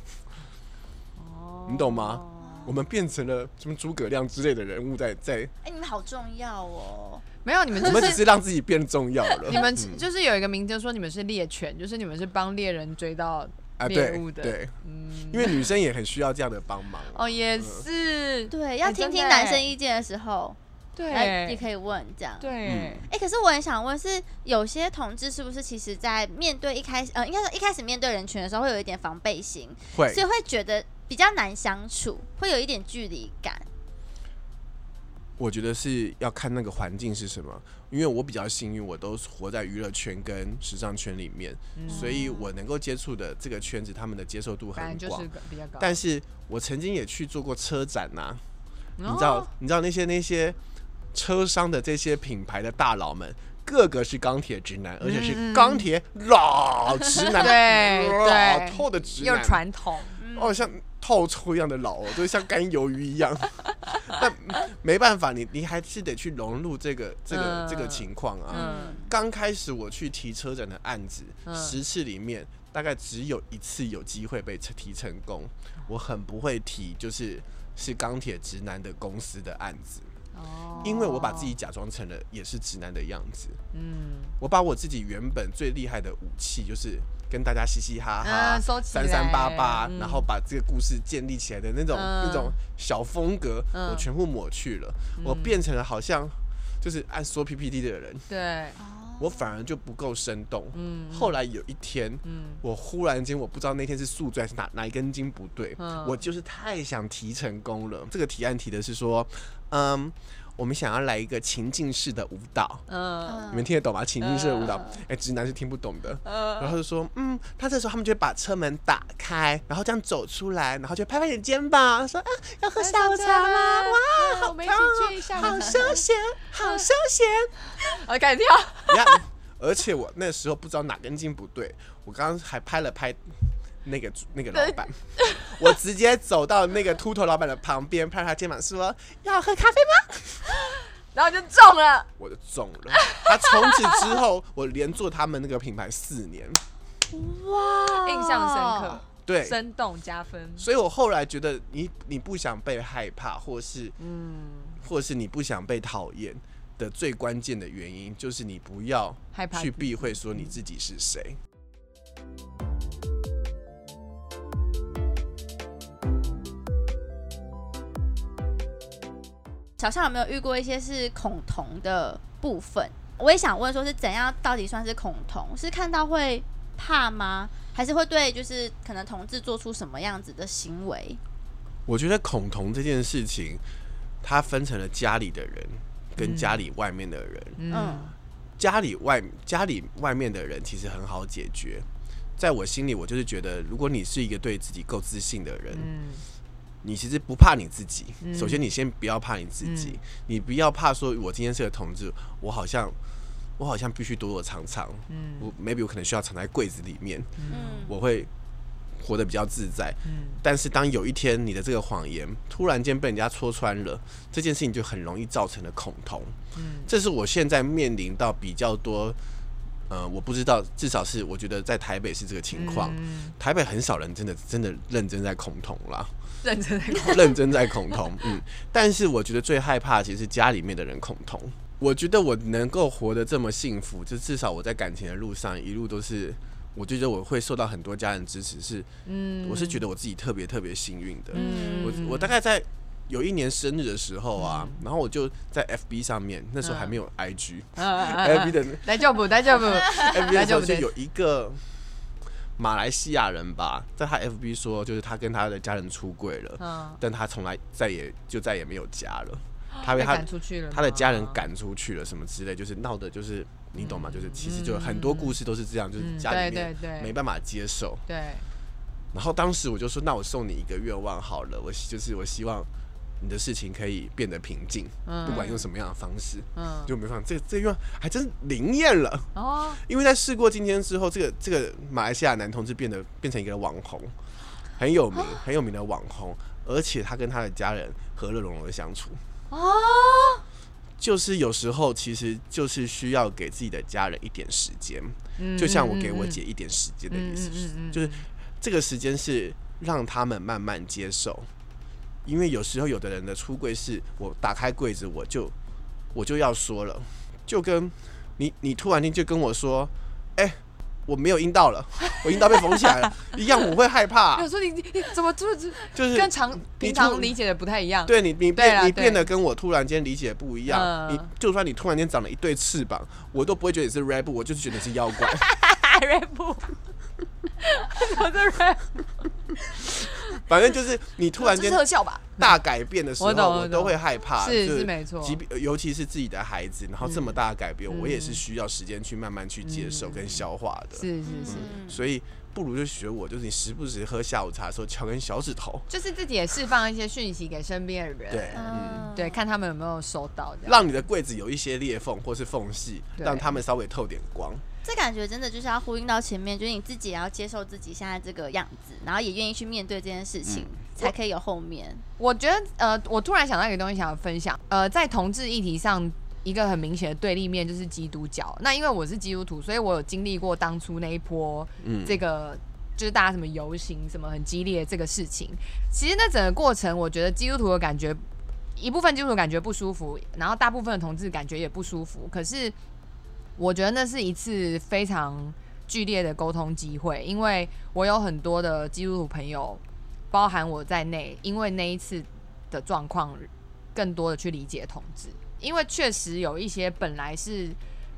Speaker 3: 你懂吗？
Speaker 1: 哦
Speaker 3: 我们变成了什么诸葛亮之类的人物在在，
Speaker 2: 哎，你们好重要哦。
Speaker 1: 没有，你们
Speaker 3: 我们
Speaker 1: 就
Speaker 3: 只
Speaker 1: 是。
Speaker 3: 是让自己变重要了。
Speaker 1: 你们就是有一个名字说你们是猎犬，就是你们是帮猎人追到
Speaker 3: 啊，
Speaker 1: 猎
Speaker 3: 对
Speaker 1: 物的。
Speaker 3: 对，
Speaker 1: 嗯，
Speaker 3: 因为女生也很需要这样的帮忙。啊嗯
Speaker 1: 哦，也是，
Speaker 2: 对，要
Speaker 1: 哎
Speaker 2: 听
Speaker 1: 真
Speaker 2: 听
Speaker 1: 的
Speaker 2: 男
Speaker 1: 哎
Speaker 2: 生意见的时候，来也
Speaker 1: 对，
Speaker 2: 可以问这样。
Speaker 1: 对，
Speaker 2: 哎、可是我很想问是，有些同志是不是其实，在面对一开始，呃，应该说一开始面对人群的时候，会有一点防备心，
Speaker 3: 会
Speaker 2: 所以会觉得比较难相处，会有一点距离感。
Speaker 3: 我觉得是要看那个环境是什么，因为我比较幸运，我都活在娱乐圈跟时尚圈里面，
Speaker 1: 嗯
Speaker 3: 所以我能够接触的这个圈子，他们的接受度
Speaker 1: 反
Speaker 3: 很
Speaker 1: 正就
Speaker 3: 广
Speaker 1: 是。比较高。
Speaker 3: 但是我曾经也去做过车展呐、
Speaker 1: 你
Speaker 3: 你知道，你知道那些那些车商的这些品牌的大佬们，个个是钢铁直男，而且是钢铁老直男，
Speaker 1: 嗯对
Speaker 3: 老
Speaker 1: 对
Speaker 3: 透的直
Speaker 1: 又
Speaker 3: 男，
Speaker 1: 传统，
Speaker 3: 哦，像透抽一样的老、 哦，就像干鱿鱼一样。 但没办法，你你还是得去融入这个这个、
Speaker 1: 嗯
Speaker 3: 这个情况啊。
Speaker 1: 嗯，
Speaker 3: 刚开始我去提车展的案子，
Speaker 1: 嗯
Speaker 3: 十次里面大概只有一次有机会被提成功。我很不会提，就是是钢铁直男的公司的案子，
Speaker 1: 哦
Speaker 3: 因为我把自己，假装成了也是直男的样子。
Speaker 1: 嗯
Speaker 3: 我把我自己原本最厉害的武器，就是跟大家嘻嘻哈哈、
Speaker 1: 嗯收起来
Speaker 3: 三三八八，
Speaker 1: 嗯
Speaker 3: 然后把这个故事建立起来的那种、
Speaker 1: 嗯
Speaker 3: 那种小风格，
Speaker 1: 嗯
Speaker 3: 我全部抹去了，我变成了好像就是按说 PPT 的人，
Speaker 1: 对，
Speaker 2: 嗯
Speaker 3: 我反而就不够生动。
Speaker 1: 嗯
Speaker 3: 后来有一天，
Speaker 1: 嗯
Speaker 3: 我忽然间我不知道那天是宿醉还是哪哪一根筋不对，
Speaker 1: 嗯
Speaker 3: 我就是太想提成功了。这个提案提的是说，嗯，我们想要来一个情境式的舞蹈。
Speaker 2: 哦
Speaker 1: 嗯
Speaker 3: 你们听得懂吗？情境式的舞蹈
Speaker 2: 嗯嗯，
Speaker 3: 哎、直男是听不懂的。
Speaker 1: 呃
Speaker 3: 然后就说，嗯，他这时候他们就会把车门打开，然后这样走出来，然后就拍拍你的肩膀，说啊，要喝下午茶吗？哇，哦
Speaker 1: 哇，嗯我们一起去一下
Speaker 3: 好休闲，好休闲。
Speaker 1: 我改掉，
Speaker 3: 呀，而且我那时候不知道哪根筋不对，我刚刚还拍了拍那个那个老板， 我直接走到那个秃头老板的旁边，拍他肩膀说，要喝咖啡吗？
Speaker 1: 然后就中了，
Speaker 3: 我就中了。他从此之后，我连做他们那个品牌四年。
Speaker 2: 哇
Speaker 1: 哦印象深刻，
Speaker 3: 对，
Speaker 1: 生动加分，
Speaker 3: 所以我后来觉得你，你不想被害怕，或是
Speaker 1: 嗯，
Speaker 3: 或是你不想被讨厌的最关键的原因，就是你不要
Speaker 1: 害怕
Speaker 3: 去
Speaker 1: 自
Speaker 3: 避讳说你自己是谁。
Speaker 2: 小象有没有遇过一些是恐同的部分？我也想问，说是怎样到底算是恐同？是看到会怕吗？还是会对就是可能同志做出什么样子的行为？
Speaker 3: 我觉得恐同这件事情，它分成了家里的人跟家里外面的人。
Speaker 1: 嗯
Speaker 2: 嗯
Speaker 3: 家里外家里外面的人其实很好解决，在我心里，我就是觉得，如果你是一个对自己够自信的人，
Speaker 1: 嗯
Speaker 3: 你其实不怕你自己，
Speaker 1: 嗯
Speaker 3: 首先你先不要怕你自己，你不要怕说，我今天是个同志，我好像我好像必须躲躲藏藏，
Speaker 1: 嗯
Speaker 3: 我 maybe 我可能需要藏在柜子里面，
Speaker 2: 嗯，
Speaker 3: 我会活得比较自在。
Speaker 1: 嗯
Speaker 3: 但是当有一天你的这个谎言突然间被人家戳穿了，这件事情就很容易造成了恐同。
Speaker 1: 嗯
Speaker 3: 这是我现在面临到比较多，呃，我不知道，至少是我觉得在台北是这个情况。
Speaker 1: 嗯
Speaker 3: 台北很少人真的真的认真在恐同啦，
Speaker 1: 认真的，
Speaker 3: 认真在恐同，嗯，但是我觉得最害怕的其实是家里面的人恐同。我觉得我能够活得这么幸福，就至少我在感情的路上一路都是，我就觉得我会受到很多家人支持，是
Speaker 1: 嗯
Speaker 3: 我是觉得我自己特别特别幸运的。
Speaker 1: 嗯
Speaker 3: 我我大概在有一年生日的时候啊，然后我就在 FB 上面，那时候还
Speaker 1: 嗯
Speaker 3: 没有 IG，FB、
Speaker 1: 得
Speaker 3: 的
Speaker 1: 嗯来就不，来就 不，
Speaker 3: FB 的时候
Speaker 1: 啊那就不
Speaker 3: 就
Speaker 1: 对
Speaker 3: 有一个马来西亚人吧，在他 FB 说，就是他跟他的家人出柜了，
Speaker 1: 嗯，
Speaker 3: 但他从来再也就再也没有家了， 他被
Speaker 1: 被
Speaker 3: 他
Speaker 1: 赶出去了嗯吗，
Speaker 3: 他的家人赶出去了什么之类，就是闹的就是你懂吗？就是其实就很多故事都是这样，就是
Speaker 1: 嗯
Speaker 3: 家
Speaker 1: 对
Speaker 3: 里面
Speaker 1: 对对
Speaker 3: 没办法接受。
Speaker 1: 对，
Speaker 3: 然后当时我就说，那我送你一个愿望好了，我希就是我希望你的事情可以变得平静，
Speaker 1: 嗯
Speaker 3: 不管用什么样的方式，
Speaker 1: 嗯，
Speaker 3: 就没办法，这这愿望还真灵验了。
Speaker 1: 哦，
Speaker 3: 因为在试过今天之后，这个这个马来西亚男同志变得变成一个网红，很有名很有名的网红，而且他跟他的家人和乐融融的相处。
Speaker 2: 哦，
Speaker 3: 就是有时候，其实就是需要给自己的家人一点时间，
Speaker 1: 嗯
Speaker 3: 就像我给我
Speaker 1: 嗯嗯
Speaker 3: 姐一点时间的意思，
Speaker 1: 嗯嗯嗯嗯
Speaker 3: 就是这个时间是让他们慢慢接受，因为有时候有的人的出柜是我打开柜子我就我就要说了，就跟你你突然间就跟我说，哎、我没有阴道了，我阴道被缝起来了，一样我会害怕
Speaker 1: 嗯 没有，说你你你怎么就是
Speaker 3: 就是
Speaker 1: 跟常平常
Speaker 3: 突
Speaker 1: 理解的不太一样，
Speaker 3: 对你，你
Speaker 1: 对啦
Speaker 3: 变你
Speaker 1: 对
Speaker 3: 变得跟我突然间理解不一样。
Speaker 1: 嗯
Speaker 3: 你就算你突然间长了一对翅膀，我都不会觉得你是 rap，我就是觉得你是妖怪。
Speaker 1: rap，我的 rap，
Speaker 3: 反正就是你突然
Speaker 1: 这
Speaker 3: 间
Speaker 1: 特效吧，
Speaker 3: 大改变的时候，
Speaker 1: 我懂我
Speaker 3: 我都
Speaker 1: 懂
Speaker 3: 会害怕。
Speaker 1: 是
Speaker 3: 就是
Speaker 1: 没错
Speaker 3: 即便尤其是自己的孩子，然后这么大的改变，
Speaker 1: 嗯
Speaker 3: 我也是需要时间去慢慢去接受跟消化的。
Speaker 1: 是是是，
Speaker 2: 嗯
Speaker 3: 所以不如就学我，就是你时不时喝下午茶的时候敲根小指头，
Speaker 1: 就是自己也释放一些讯息给身边的人，
Speaker 3: 对，嗯。
Speaker 2: 嗯
Speaker 1: 对，看他们有没有收到这样。
Speaker 3: 让你的柜子有一些裂缝或是缝隙，
Speaker 1: 对
Speaker 3: 让他们稍微透点光。
Speaker 2: 这感觉真的就是要呼应到前面，就是你自己也要接受自己现在这个样子，然后也愿意去面对这件事情，
Speaker 1: 嗯
Speaker 2: 才可以有后面。
Speaker 1: 我觉得呃，我突然想到一个东西想要分享，呃，在同志议题上。一个很明显的对立面就是基督教。那因为我是基督徒，所以我有经历过当初那一波
Speaker 3: 嗯，
Speaker 1: 这个就是大家什么游行什么很激烈的这个事情，其实那整个过程，我觉得基督徒的感觉，一部分基督徒感觉不舒服，然后大部分的同志感觉也不舒服。可是我觉得那是一次非常剧烈的沟通机会，因为我有很多的基督徒朋友，包含我在内，因为那一次的状况，更多的去理解同志，因为确实有一些本来是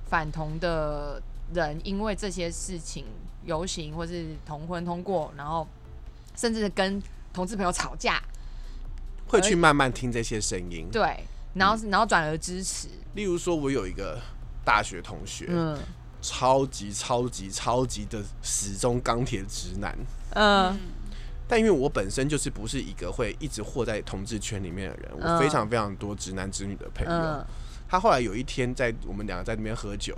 Speaker 1: 反同的人，因为这些事情游行或是同婚通过，然后甚至跟同志朋友吵架，
Speaker 3: 会去慢慢听这些声音。
Speaker 1: 对，然
Speaker 3: 嗯
Speaker 1: 后、然后转而支持，
Speaker 3: 例如说，我有一个大学同学，
Speaker 1: 嗯
Speaker 3: 超级超级超级的始终钢铁直男。
Speaker 1: 嗯
Speaker 3: 但因为我本身就是不是一个会一直活在同志圈里面的人，
Speaker 1: 嗯
Speaker 3: 我非常非常多直男直女的朋友。
Speaker 1: 嗯，
Speaker 3: 他后来有一天在我们两个在那边喝酒，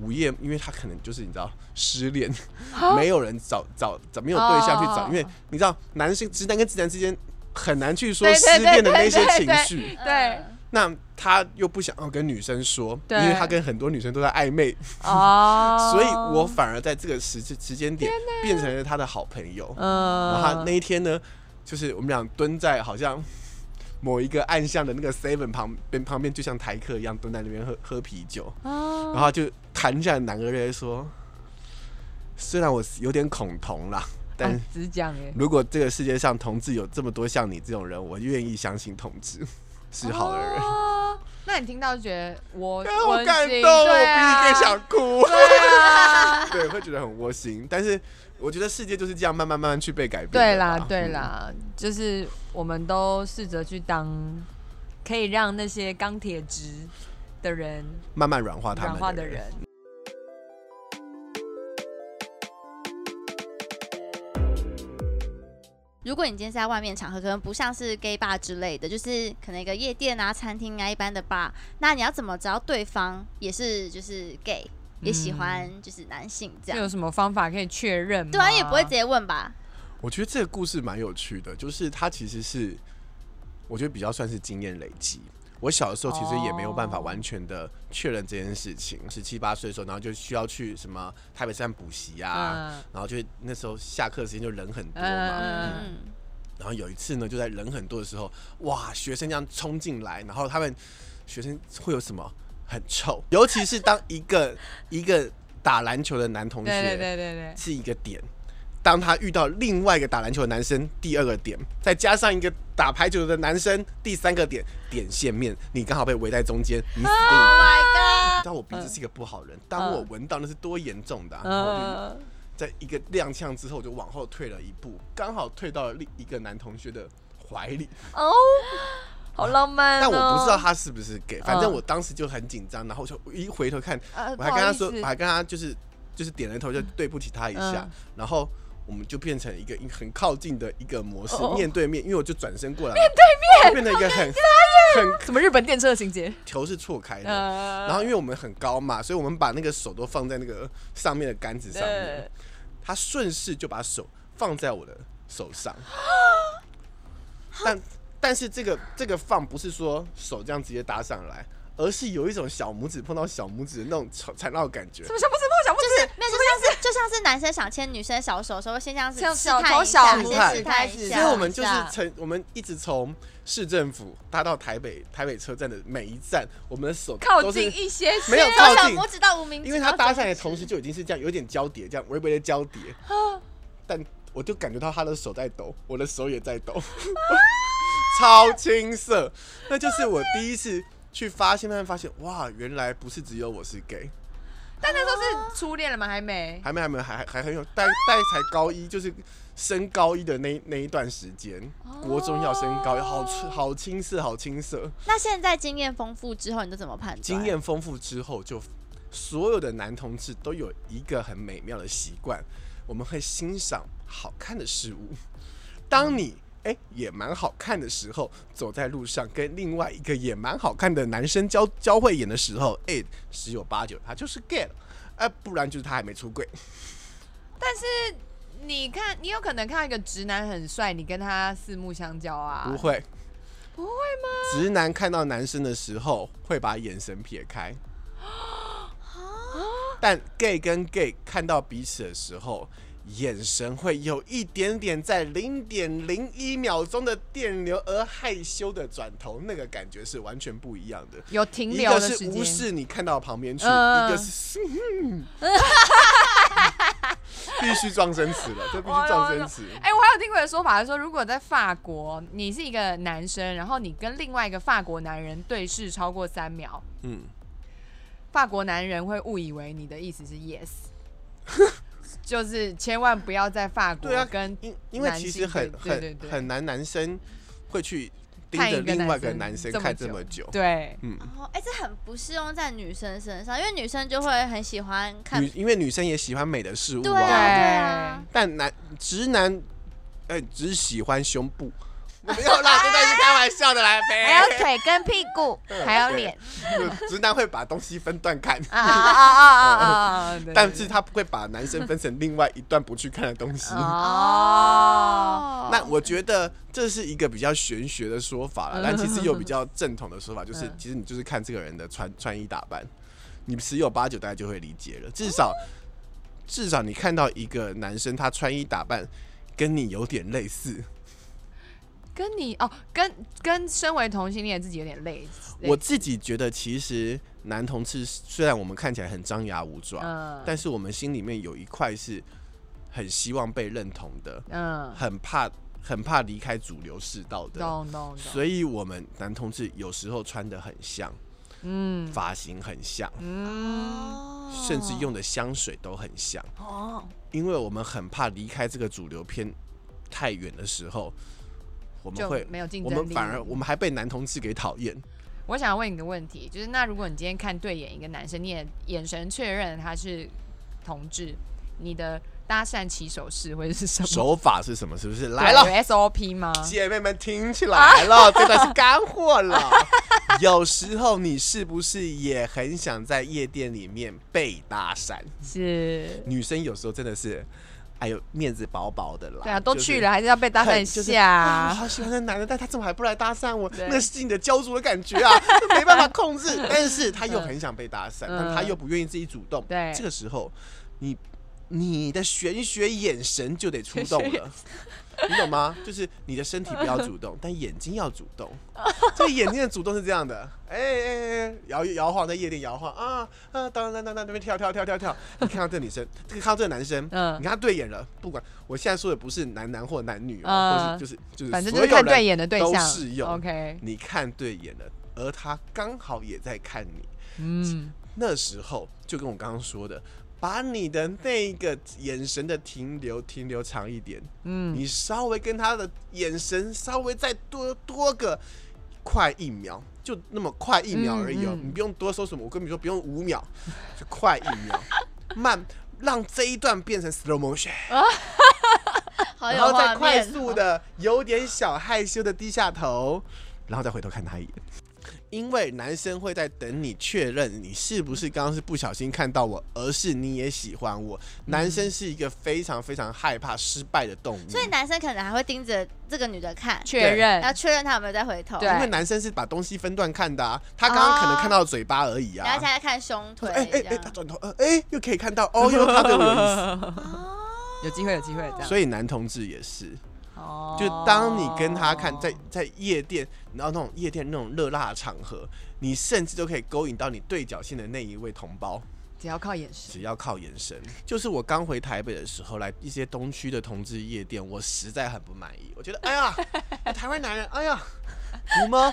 Speaker 3: 午夜，因为他可能就是你知道失恋， 没有人找找找没有对象去
Speaker 1: 啊哦
Speaker 3: 找，因为你知道男性直男跟直男之间很难去说
Speaker 1: 对
Speaker 3: 失
Speaker 1: 对对
Speaker 3: 恋的那
Speaker 1: 对
Speaker 3: 些
Speaker 1: 对
Speaker 3: 情
Speaker 1: 对
Speaker 3: 绪。
Speaker 1: 对
Speaker 2: 嗯
Speaker 3: 那他又不想要跟女生说，因
Speaker 1: 对
Speaker 3: 为他跟很多女生都在暧昧，
Speaker 1: 哦，
Speaker 3: 所以我反而在这个时时间点变成了他的好朋友。然后他
Speaker 1: 嗯
Speaker 3: 那一天呢，就是我们俩蹲在好像 某一个暗巷的那个 seven 旁边旁边，就像台客一样蹲在那边喝喝啤酒，然
Speaker 1: 哦
Speaker 3: 后他就谈下男儿泪说，虽然我有点恐同啦，但
Speaker 1: 哦只讲哎，
Speaker 3: 如果这个世界上同志有这么多像你这种人，我愿意相信同志 是好的人。
Speaker 1: 哦那你听到就觉得我
Speaker 3: 哎 我
Speaker 1: 温
Speaker 3: 感
Speaker 1: 馨
Speaker 3: 动了，
Speaker 1: 对啊
Speaker 3: 我比你更想哭。
Speaker 1: 对啊
Speaker 3: 对，会觉得很窝心。但是我觉得世界就是这样慢慢慢慢去被改变的吧。
Speaker 1: 对啦，对
Speaker 3: 嗯，
Speaker 1: 啦，就是我们都试着去当可以让那些钢铁直的人
Speaker 3: 嗯慢慢软化他
Speaker 1: 软
Speaker 3: 们
Speaker 1: 化的人。
Speaker 2: 如果你今天是在外面场合，可能不像是 gay bar 之类的，就是可能一个夜店啊、餐厅啊一般的 bar，那你要怎么知道对方也是就是 gay，、也喜
Speaker 1: 嗯
Speaker 2: 欢就是男性这
Speaker 1: 这
Speaker 2: 样
Speaker 1: 有？什么方法可以确认吗？
Speaker 2: 对啊，也不
Speaker 1: 哦
Speaker 2: 会直接问吧？
Speaker 3: 我觉得这个故事蛮有趣的，就是它其实是我觉得比较算是经验累积。我小的时候其实也没有办法
Speaker 1: 哦
Speaker 3: 完全的确认这件事情，十七八岁的时候，然后就需要去什么台北山补习啊，
Speaker 1: 嗯
Speaker 3: 然后就那时候下课时间就人很多嘛，
Speaker 1: 嗯嗯，
Speaker 2: 嗯，
Speaker 3: 然后有一次呢，就在人很多的时候，哇，学生这样冲进来，然后他们学生会有什么很臭，尤其是当一个一个打篮球的男同学
Speaker 1: 对对对对 对，
Speaker 3: 是一个点，当他遇到另外一个打篮球的男生，第二个点，再加上一个打排球的男生，第三个点，点线面，你刚好被围在中间，你死定
Speaker 2: Oh 啊
Speaker 3: 了。你知道我鼻子是一个不好人，当我闻到那是多严重的、啊，然后我就
Speaker 1: 嗯，
Speaker 3: 在一个踉跄之后，就往后退了一步，刚好退到了另一个男同学的怀里。
Speaker 1: 哦，好浪漫哦。
Speaker 3: 但我不知道他是不是 gay，反正
Speaker 1: 嗯
Speaker 3: 我当时就很紧张，然后就一回头看，
Speaker 1: 呃，
Speaker 3: 我还跟他说
Speaker 1: 不好意，
Speaker 3: 我
Speaker 1: 思
Speaker 3: 还跟他就是就是点了头，就对不起他一下
Speaker 1: 嗯，
Speaker 3: 然后。我们就变成一个很靠近的一个模式
Speaker 1: 哦，哦
Speaker 3: 面对面，因为我就转身过来，面对面，变成一个很很
Speaker 1: 什么日本电车的情节，
Speaker 3: 球是错开的，
Speaker 1: 呃，
Speaker 3: 然后因为我们很高嘛，所以我们把那个手都放在那个上面的杆子上面，
Speaker 1: 对
Speaker 3: 他顺势就把手放在我的 手上，但但是这个这个放不是说手这样直接搭上来，而是有一种小拇指碰到小拇指的那种缠缠绕的感觉
Speaker 1: 什。么小拇指碰小拇指，
Speaker 2: 没有，就 像是就像是男生想牵女生小手的时候，先这样子
Speaker 1: 这样
Speaker 2: 试
Speaker 1: 小
Speaker 2: 探
Speaker 1: 从
Speaker 2: 一
Speaker 1: 小拇
Speaker 2: 下，先
Speaker 3: 指
Speaker 1: 开
Speaker 2: 试探
Speaker 1: 始
Speaker 2: 一
Speaker 3: 所
Speaker 1: 这
Speaker 3: 以
Speaker 2: 下。
Speaker 1: 样
Speaker 3: 我们就
Speaker 1: 这
Speaker 3: 是
Speaker 1: 样
Speaker 3: 从我们一直从市政府搭到台北台北车站的每一站，我们的手
Speaker 1: 靠
Speaker 3: 都是
Speaker 1: 近一些些，
Speaker 3: 没有
Speaker 2: 从
Speaker 3: 靠
Speaker 2: 小
Speaker 3: 近
Speaker 2: 拇指到无名指，
Speaker 3: 因为他
Speaker 2: 然后
Speaker 3: 搭
Speaker 2: 手
Speaker 3: 上来的
Speaker 2: 指
Speaker 3: 同时就已经是这样，有点交叠，这样微微的交叠。但我就感觉到他的手在抖，我的手也在抖， 超青涩。那就是我第一次去发现，慢慢发现，哇，原来不是只有我是 gay，
Speaker 1: 但那时候是初恋了吗？还没。
Speaker 3: 还没还没还还还很有，大大概才高一，就是升高一的那那一段时间，国中要升高一，好青好青涩，好青涩。
Speaker 2: 那现在经验丰富之后，你都怎么判断？
Speaker 3: 经验丰富之后，就所有的男同志都有一个很美妙的习惯，我们会欣赏好看的事物。
Speaker 2: 嗯
Speaker 3: 当你哎、也蛮好看的时候，走在路上跟另外一个也蛮好看的男生交交会眼的时候，哎、十有八九他就是 gay 了，哎、不然就是他还没出柜。
Speaker 1: 但是你看，你有可能看到一个直男很帅，你跟他四目相交啊？
Speaker 3: 不会，
Speaker 1: 不会
Speaker 3: 吗？直男看到男生的时候会把眼神撇开，
Speaker 1: 啊
Speaker 3: 但 gay 跟 gay 看到彼此的时候，眼神会有一点点在零点零一秒钟的电流而害羞的转头，那个感觉是完全不一样的。
Speaker 1: 有停
Speaker 3: 一
Speaker 1: 留
Speaker 3: 个
Speaker 1: 的时
Speaker 3: 是无
Speaker 1: 间。
Speaker 3: 视你看到旁边去，
Speaker 1: 嗯
Speaker 3: 一个是， 必须撞生词了，这必须撞生词。
Speaker 1: 哎、我还有听过一个说法，说如果在法国，你是一个男生，然后你跟另外一个法国男人对视超过三秒，
Speaker 3: 嗯，
Speaker 1: 法国男人会误以为你的意思是 yes，就是千万不要在法国
Speaker 3: 对啊
Speaker 1: 跟
Speaker 3: 因因为
Speaker 1: 男
Speaker 3: 其
Speaker 1: 性
Speaker 3: 实
Speaker 1: 对
Speaker 3: 很
Speaker 1: 对对
Speaker 3: 很
Speaker 1: 对
Speaker 3: 很难，男生会去盯
Speaker 1: 看一
Speaker 3: 着
Speaker 1: 个
Speaker 3: 另外一个
Speaker 1: 男
Speaker 3: 男
Speaker 1: 生
Speaker 3: 生
Speaker 1: 这么
Speaker 3: 看这
Speaker 1: 久
Speaker 3: 么久。
Speaker 1: 对
Speaker 3: 嗯，
Speaker 2: 哦，哎、这很不适用在女生身上，因为女生就会很喜欢看
Speaker 3: 女，因为女生也喜欢美的事物
Speaker 2: 对啊，
Speaker 3: 啊，
Speaker 2: 对啊，
Speaker 3: 但男直男，呃，只喜欢胸部。没有啦，这段是开玩笑的啦，
Speaker 2: 还有
Speaker 3: 呗。
Speaker 2: 腿跟屁股，还有脸
Speaker 3: 就直男会把东西分段看，
Speaker 1: 啊啊啊啊啊！对对对
Speaker 3: 但是他不会把男生分成另外一段不去看的东西。
Speaker 1: 哦，
Speaker 3: 那我觉得这是一个比较玄学的说法 了，但其实有比较正统的说法，就是
Speaker 1: 嗯
Speaker 3: 其实你就是看这个人的穿穿衣打扮，你十有八九大家就会理解了。至少至少你看到一个男生他穿衣打扮跟你有点类似，
Speaker 1: 跟你哦，跟跟身为同性恋自己有点累。累
Speaker 3: 我自己觉得其实男同志虽然我们看起来很张牙舞爪，
Speaker 1: 嗯
Speaker 3: 但是我们心里面有一块是很希望被认同的，
Speaker 1: 嗯，
Speaker 3: 很怕很怕离开主流世道的。
Speaker 1: 懂懂懂，
Speaker 3: 所以我们男同志有时候穿的很像，
Speaker 1: 嗯
Speaker 3: 发型很像，
Speaker 1: 嗯，
Speaker 3: 甚至用的香水都很像，
Speaker 2: 哦，
Speaker 3: 因为我们很怕离开这个主流偏太远的时候，我们
Speaker 1: 就
Speaker 3: 会
Speaker 1: 没有竞
Speaker 3: 我
Speaker 1: 争力。
Speaker 3: 们反而我们还被男同志给讨厌。
Speaker 1: 我想问你个问题，就是那如果你今天看对眼一个男生，你也眼神确认他是同志，你的搭讪起手式会是什么？
Speaker 3: 手法是什么？是不是
Speaker 1: 对啊
Speaker 3: 来了？
Speaker 1: 有 SOP 吗？
Speaker 3: 姐妹们听起来 了，这段是干货了。有时候你是不是也很想在夜店里面被搭讪？
Speaker 1: 是，
Speaker 3: 女生有时候真的是，哎呦，面子薄薄的啦。
Speaker 1: 对啊，都
Speaker 3: 就是
Speaker 1: 去了还是要被搭讪一
Speaker 3: 就是啊
Speaker 1: 下。
Speaker 3: 好喜欢那男的，但他怎么还不来搭讪我？
Speaker 1: 对
Speaker 3: 那是你的焦灼的感觉啊， 这没办法 控制。但是他又很想被搭讪，
Speaker 1: 嗯
Speaker 3: 但他又不愿意自己主动。
Speaker 1: 对
Speaker 3: 这个时候你你的玄学眼神就得出动
Speaker 1: 玄学
Speaker 3: 了。你懂吗？就是你的身体不要 主动，但眼睛要主动。这个眼睛的主动是这样的，哎哎哎，摇摇晃在夜店摇晃啊啊，当当当当那边跳跳跳跳跳。你看到这个女生，这个看到这个男生，
Speaker 1: 嗯
Speaker 3: 你看他对眼了，不管我现在说的不是男男或男女哦，
Speaker 1: 嗯
Speaker 3: 或是就是就是
Speaker 1: 反正就
Speaker 3: 所
Speaker 1: 是
Speaker 3: 有
Speaker 1: 看对
Speaker 3: 人
Speaker 1: 眼的对
Speaker 3: 都
Speaker 1: 象
Speaker 3: 适用
Speaker 1: OK，
Speaker 3: 你看对眼了，而他刚好也在看你，
Speaker 1: 嗯，
Speaker 3: 那时候就跟我刚刚说的，把你的那个眼神的停留停留长一点，
Speaker 1: 嗯
Speaker 3: 你稍微跟他的眼神稍微再多多个快一秒，就那么快一秒而已哦，
Speaker 1: 嗯嗯
Speaker 3: 你不用多说什么，我跟你说不用五秒，就快一秒， 慢。让这一段变成 slow motion，
Speaker 2: 好
Speaker 3: 然
Speaker 2: 有
Speaker 3: 后
Speaker 2: 哎画面，
Speaker 3: 再快速的、有点小害羞的低下头，然后再回头看他一眼。因为男生会在等你确认你是不是刚刚是不小心看到我，而是你也喜欢我。
Speaker 2: 嗯
Speaker 3: 男生是一个非常非常害怕失败的动物，
Speaker 2: 所以男生可能还会盯着这个女的看，
Speaker 1: 确认
Speaker 2: 然后确认她有没有在回头，
Speaker 1: 对
Speaker 3: 因为啊男生是把东西分段看的啊，他刚刚可能看到嘴巴而已啊。
Speaker 2: 然后现在看胸腿，
Speaker 3: 哎
Speaker 2: 这
Speaker 3: 哎
Speaker 2: 样
Speaker 3: 哎，他转头，呃，哎、又可以看到，哦，又他对我有 意思。
Speaker 2: 哦
Speaker 1: 有机会，有机会这样。
Speaker 3: 所以男同志也是，
Speaker 1: 哦
Speaker 3: 就当你跟他看在在夜店，然后那种夜店那种热辣的场合，你甚至都可以勾引到你对角线的那一位同胞，
Speaker 1: 只要靠眼神，
Speaker 3: 只要靠眼神。就是我刚回台北的时候，来一些东区的同志夜店，我实在很不满意。我觉得，哎呀，台湾男人，哎呀，母猫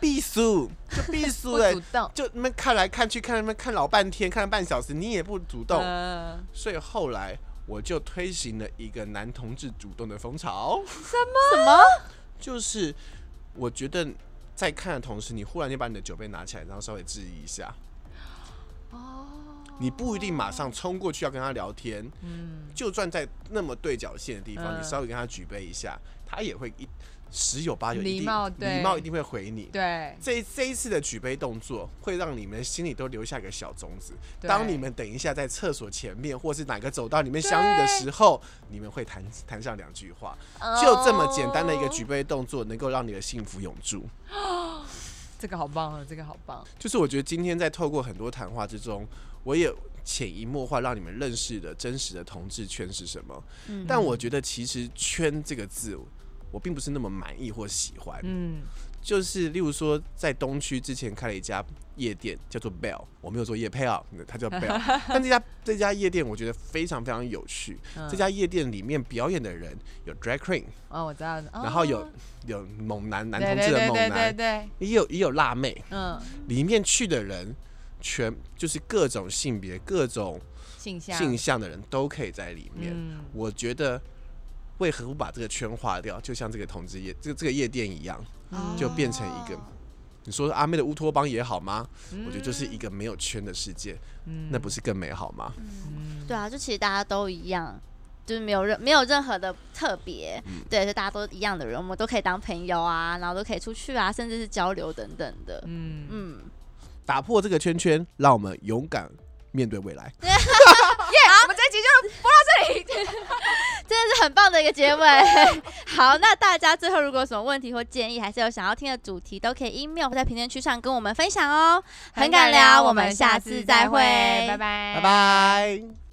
Speaker 3: 避暑就避暑
Speaker 1: 不
Speaker 3: 哎、
Speaker 1: 主动。
Speaker 3: 就那边看来看去，看那边看老半天，看了半小时，你也不主动，
Speaker 1: 呃，
Speaker 3: 所以后来我就推行了一个男同志主动的风潮，
Speaker 2: 什么？
Speaker 3: 就是我觉得在看的同时，你忽然间把你的酒杯拿起来，然后稍微质疑一下，
Speaker 1: 哦，
Speaker 3: 你不一定马上冲过去要跟他聊天，
Speaker 1: 嗯，
Speaker 3: 就算在那么对角线的地方，
Speaker 1: 嗯
Speaker 3: 你稍微跟他举杯一下，他也会一十有八九一定
Speaker 1: 礼貌对
Speaker 3: 礼貌一定会回你。
Speaker 1: 对，
Speaker 3: 这这一次的举杯动作，会让你们心里都留下一个小种子。
Speaker 1: 对
Speaker 3: 当你们等一下在厕所前面，或是哪个走道里面相遇的时候，你们会谈谈上两句话。就这么简单的一
Speaker 1: 哦
Speaker 3: 个举杯动作，能够让你的幸福永驻。
Speaker 1: 这个好棒哦，这个好棒，
Speaker 3: 就是我觉得今天在透过很多谈话之中，我也潜移默化让你们认识的真实的同志圈是什么。
Speaker 2: 嗯
Speaker 3: 但我觉得其实“圈”这个字，我并不是那么满意或喜欢。
Speaker 1: 嗯，
Speaker 3: 就是例如说，在东区之前开了一家夜店，叫做 Bell，我没有做夜配啊，它 叫 Bell。但这家这家夜店我觉得非常非常有趣。
Speaker 1: 嗯
Speaker 3: 这家夜店里面表演的人有 drag queen，
Speaker 1: 哦，我知道，
Speaker 3: 然后有
Speaker 1: 哦
Speaker 3: 有猛男男
Speaker 1: 对
Speaker 3: 同志的
Speaker 1: 对
Speaker 3: 猛
Speaker 1: 对对对
Speaker 3: 男，
Speaker 1: 对，
Speaker 3: 也有也有辣妹。
Speaker 1: 嗯，
Speaker 3: 里面去的人全就是各种性别、各种
Speaker 1: 性向，
Speaker 3: 性向的人都可以在里面。
Speaker 1: 嗯，
Speaker 3: 我觉得为何不把这个圈划掉？就像这个同志夜这个这个夜店一样，
Speaker 1: 嗯
Speaker 3: 就变成一个你说阿妹的乌托邦也好吗？
Speaker 1: 嗯
Speaker 3: 我觉得就是一个没有圈的世界，
Speaker 1: 嗯
Speaker 3: 那不是更美好吗？
Speaker 1: 嗯
Speaker 2: 对啊，就其实大家都一样，就是没有任没有任何的特别，对，就大家都一样的人，我们都可以当朋友啊，然后都可以出去啊，甚至是交流等等的。
Speaker 1: 嗯
Speaker 2: 嗯，
Speaker 3: 打破这个圈圈，让我们勇敢面对未来。
Speaker 1: 耶，我们这一集就
Speaker 2: 真的是很棒的一个结尾。 好，那大家最后如果有什么问题或建议，还是有想要听的主题，都可以 email 或在评论区上跟我们分享哦。很敢聊，我们下次再会，
Speaker 1: 拜拜，
Speaker 3: 拜。拜。